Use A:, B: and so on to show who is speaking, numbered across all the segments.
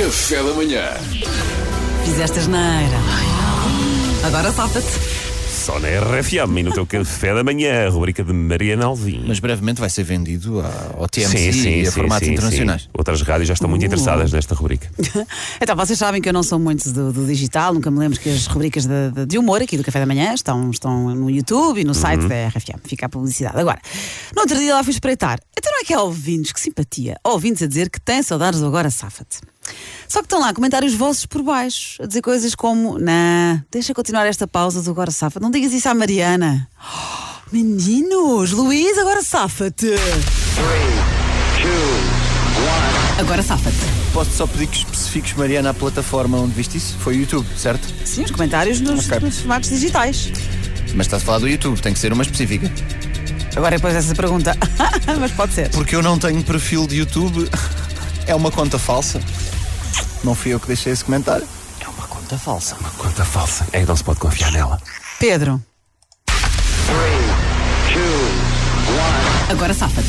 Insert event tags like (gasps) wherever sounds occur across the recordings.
A: Café da manhã.
B: Fizeste asneira. Agora salta-te.
C: Só na RFM e no teu café da manhã, a rubrica de Mariana Alvim.
D: Mas brevemente vai ser vendido à- ao TMC e a formatos internacionais.
C: Outras rádios já estão muito interessadas nesta rubrica.
B: Uh. (laughs) Então, vocês sabem que eu não sou muito do, do digital, nunca me lembro que as rubricas de, de- de humor aqui do Café da Manhã estão, estão no YouTube e
C: Uhum.
B: no site da RFM. Fica a publicidade. Agora, no outro dia lá fui espreitar. Então não é que há ouvintes, que simpatia. Há Ouvintes a dizer que têm saudades do Agora Safa-te. Só que estão lá comentários vossos por baixo, a dizer coisas como: Não, deixa continuar esta pausa do Agora Safa. Não digas isso à Mariana. (gasps) Oh, meninos, Luís, agora safa-te. Agora safa-te.
D: Posso só pedir que especifiques, Mariana, a plataforma onde viste isso? Foi o YouTube, certo?
B: Sim, os comentários nos,
D: Ok.
B: nos formatos digitais.
D: Mas estás a falar do YouTube, tem que ser uma específica.
B: Agora é depois dessa pergunta, (laughs) mas pode ser.
D: Porque eu não tenho perfil de YouTube, (laughs) é uma conta falsa. Não fui eu que deixei esse comentário.
C: É uma conta falsa. Uma conta falsa. É que não se pode confiar nela.
B: Pedro. Agora safa-te.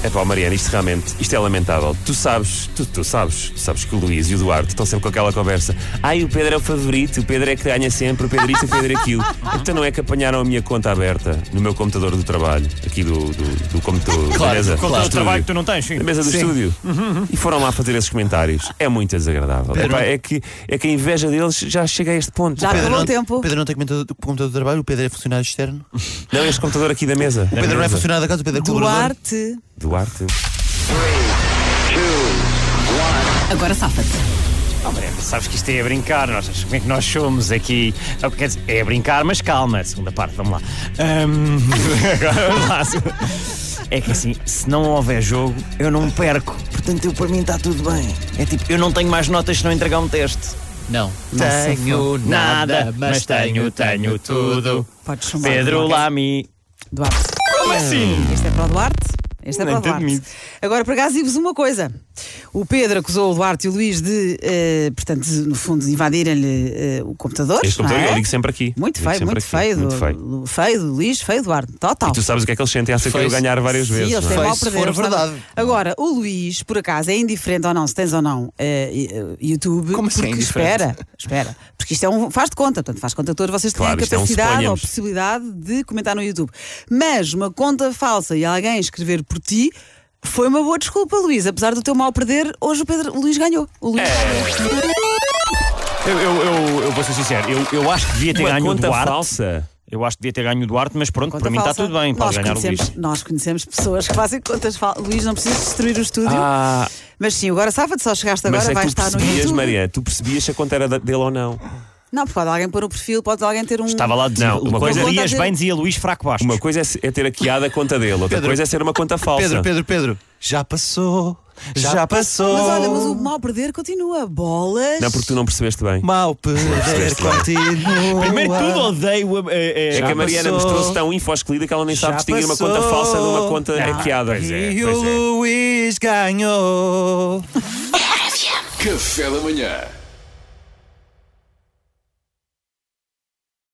C: É pá, Mariana, isto realmente, isto é lamentável. Tu sabes, tu, tu sabes, tu sabes que o Luís e o Duarte estão sempre com aquela conversa. Ai, o Pedro é o favorito, o Pedro é que ganha sempre, o Pedro isto, o Pedro aquilo. Então não é que apanharam a minha conta aberta no meu computador do trabalho, aqui do, do, do computador da mesa.
E: Conta
C: do
E: o trabalho
C: estúdio.
E: que tu não tens, sim.
C: na mesa do estúdio e foram lá fazer esses comentários. É muito desagradável. Epá, é, que, é que a inveja deles já chega a este ponto.
B: Já acabou o
D: não,
B: tempo.
D: Pedro não tem comentador, computador de trabalho, o Pedro é funcionário externo. O
C: Não, este computador aqui da mesa. O
D: Pedro não é funcionário da casa, o Pedro é colaborador.
B: Duarte.
C: Duarte.
B: Agora safa-te.
E: Ah, Mariana, sabes que isto é a brincar, nós, como é que nós somos aqui? Ah, quer dizer, É a brincar, mas calma, segunda parte, vamos lá. Ahm, (laughs) agora vamos lá. É que assim, se não houver jogo, eu não perco. Portanto, eu, para mim está tudo bem. É tipo, eu não tenho mais notas se não entregar um teste.
D: Não, tenho nada, mas tenho, tenho tudo.
B: Podes chamar.
E: Pedro Lamy.
B: Duarte.
E: Como assim?
B: Este é para o Duarte. Este é
E: Nem
B: para o
E: te
B: Duarte.
E: admito.
B: Agora, por acaso, digo-vos uma coisa. O Pedro acusou o Duarte e o Luís de, eh, portanto, de, no fundo, de invadirem-lhe eh, o computador.
C: Este computador
B: não é?
C: eu ligo sempre aqui.
B: Muito
C: Ligo
B: feio,
C: sempre
B: muito,
C: aqui.
B: feio,
C: Muito
B: do-
C: feio.
B: do- feio do Luís, feio do Duarte. Total.
C: E tu sabes o que é que eles sentem acerca de eu
D: Foi-
C: ganhar várias
B: Sim,
C: vezes.
B: eles
C: não é?
B: têm mal
D: Foi, se
B: perder.
D: for
B: eles têm mal-
D: verdade.
B: Agora, o Luís, por acaso, é indiferente ou não, se tens ou não eh, YouTube.
D: Como assim é
B: porque
D: indiferente?
B: espera, espera. Porque isto é um. Faz de conta, portanto, faz de conta que todos vocês têm
C: Claro,
B: a
C: isto é um
B: capacidade ou
C: suponhamos.
B: possibilidade de comentar no YouTube. Mas uma conta falsa e alguém escrever por ti. Foi uma boa desculpa, Luís. Apesar do teu mal perder, hoje o, Pedro, o Luís ganhou. O
C: É.
B: Luís ganhou.
E: Eu, eu, eu, eu vou ser sincero, eu, eu acho que devia ter
C: Uma
E: ganho o
C: conta
E: Duarte.
C: falsa.
E: Eu acho que devia ter ganho o Duarte, mas pronto,
B: Conta
E: para mim está
B: falsa.
E: tudo bem,
B: Nós
E: pode ganhar o
B: conhecemos,
E: Luís.
B: Nós conhecemos pessoas que fazem contas falsas. Luís, não precisas destruir o estúdio.
C: Ah,
B: Mas sim, agora safa-te, só chegaste agora,
C: mas é
B: vai
C: que tu
B: estar no
C: percebias,
B: YouTube.
C: Maria, tu percebias se a conta era da- dele ou não.
B: Não, porque pode alguém pôr o perfil, pode alguém ter um.
E: Estava lá dizia,
C: Não, uma
E: o
C: coisa-
E: Dias
B: Conta-
E: bem dizia Luís Fraco Bastos.
C: Uma coisa é se- é ter hackeado a conta dele, outra
D: Pedro.
C: coisa é ser uma conta falsa.
D: Pedro, Pedro, Pedro, já passou, já, passou.
B: Mas olha, mas o mal perder continua. Bolas.
C: Não, porque tu não percebeste bem.
D: Mal perder
C: percebeste, não é?
D: continua.
E: Primeiro de tudo odeio a, a,
C: É
E: a-
C: que
D: Já
C: a Mariana
D: passou.
C: mostrou-se tão infoscolhida que ela nem sabe
D: Já
C: distinguir uma
D: passou.
C: conta falsa de uma conta
E: Ah,
C: hackeada.
E: pois é,
D: E o Luís ganhou.
A: Café da manhã.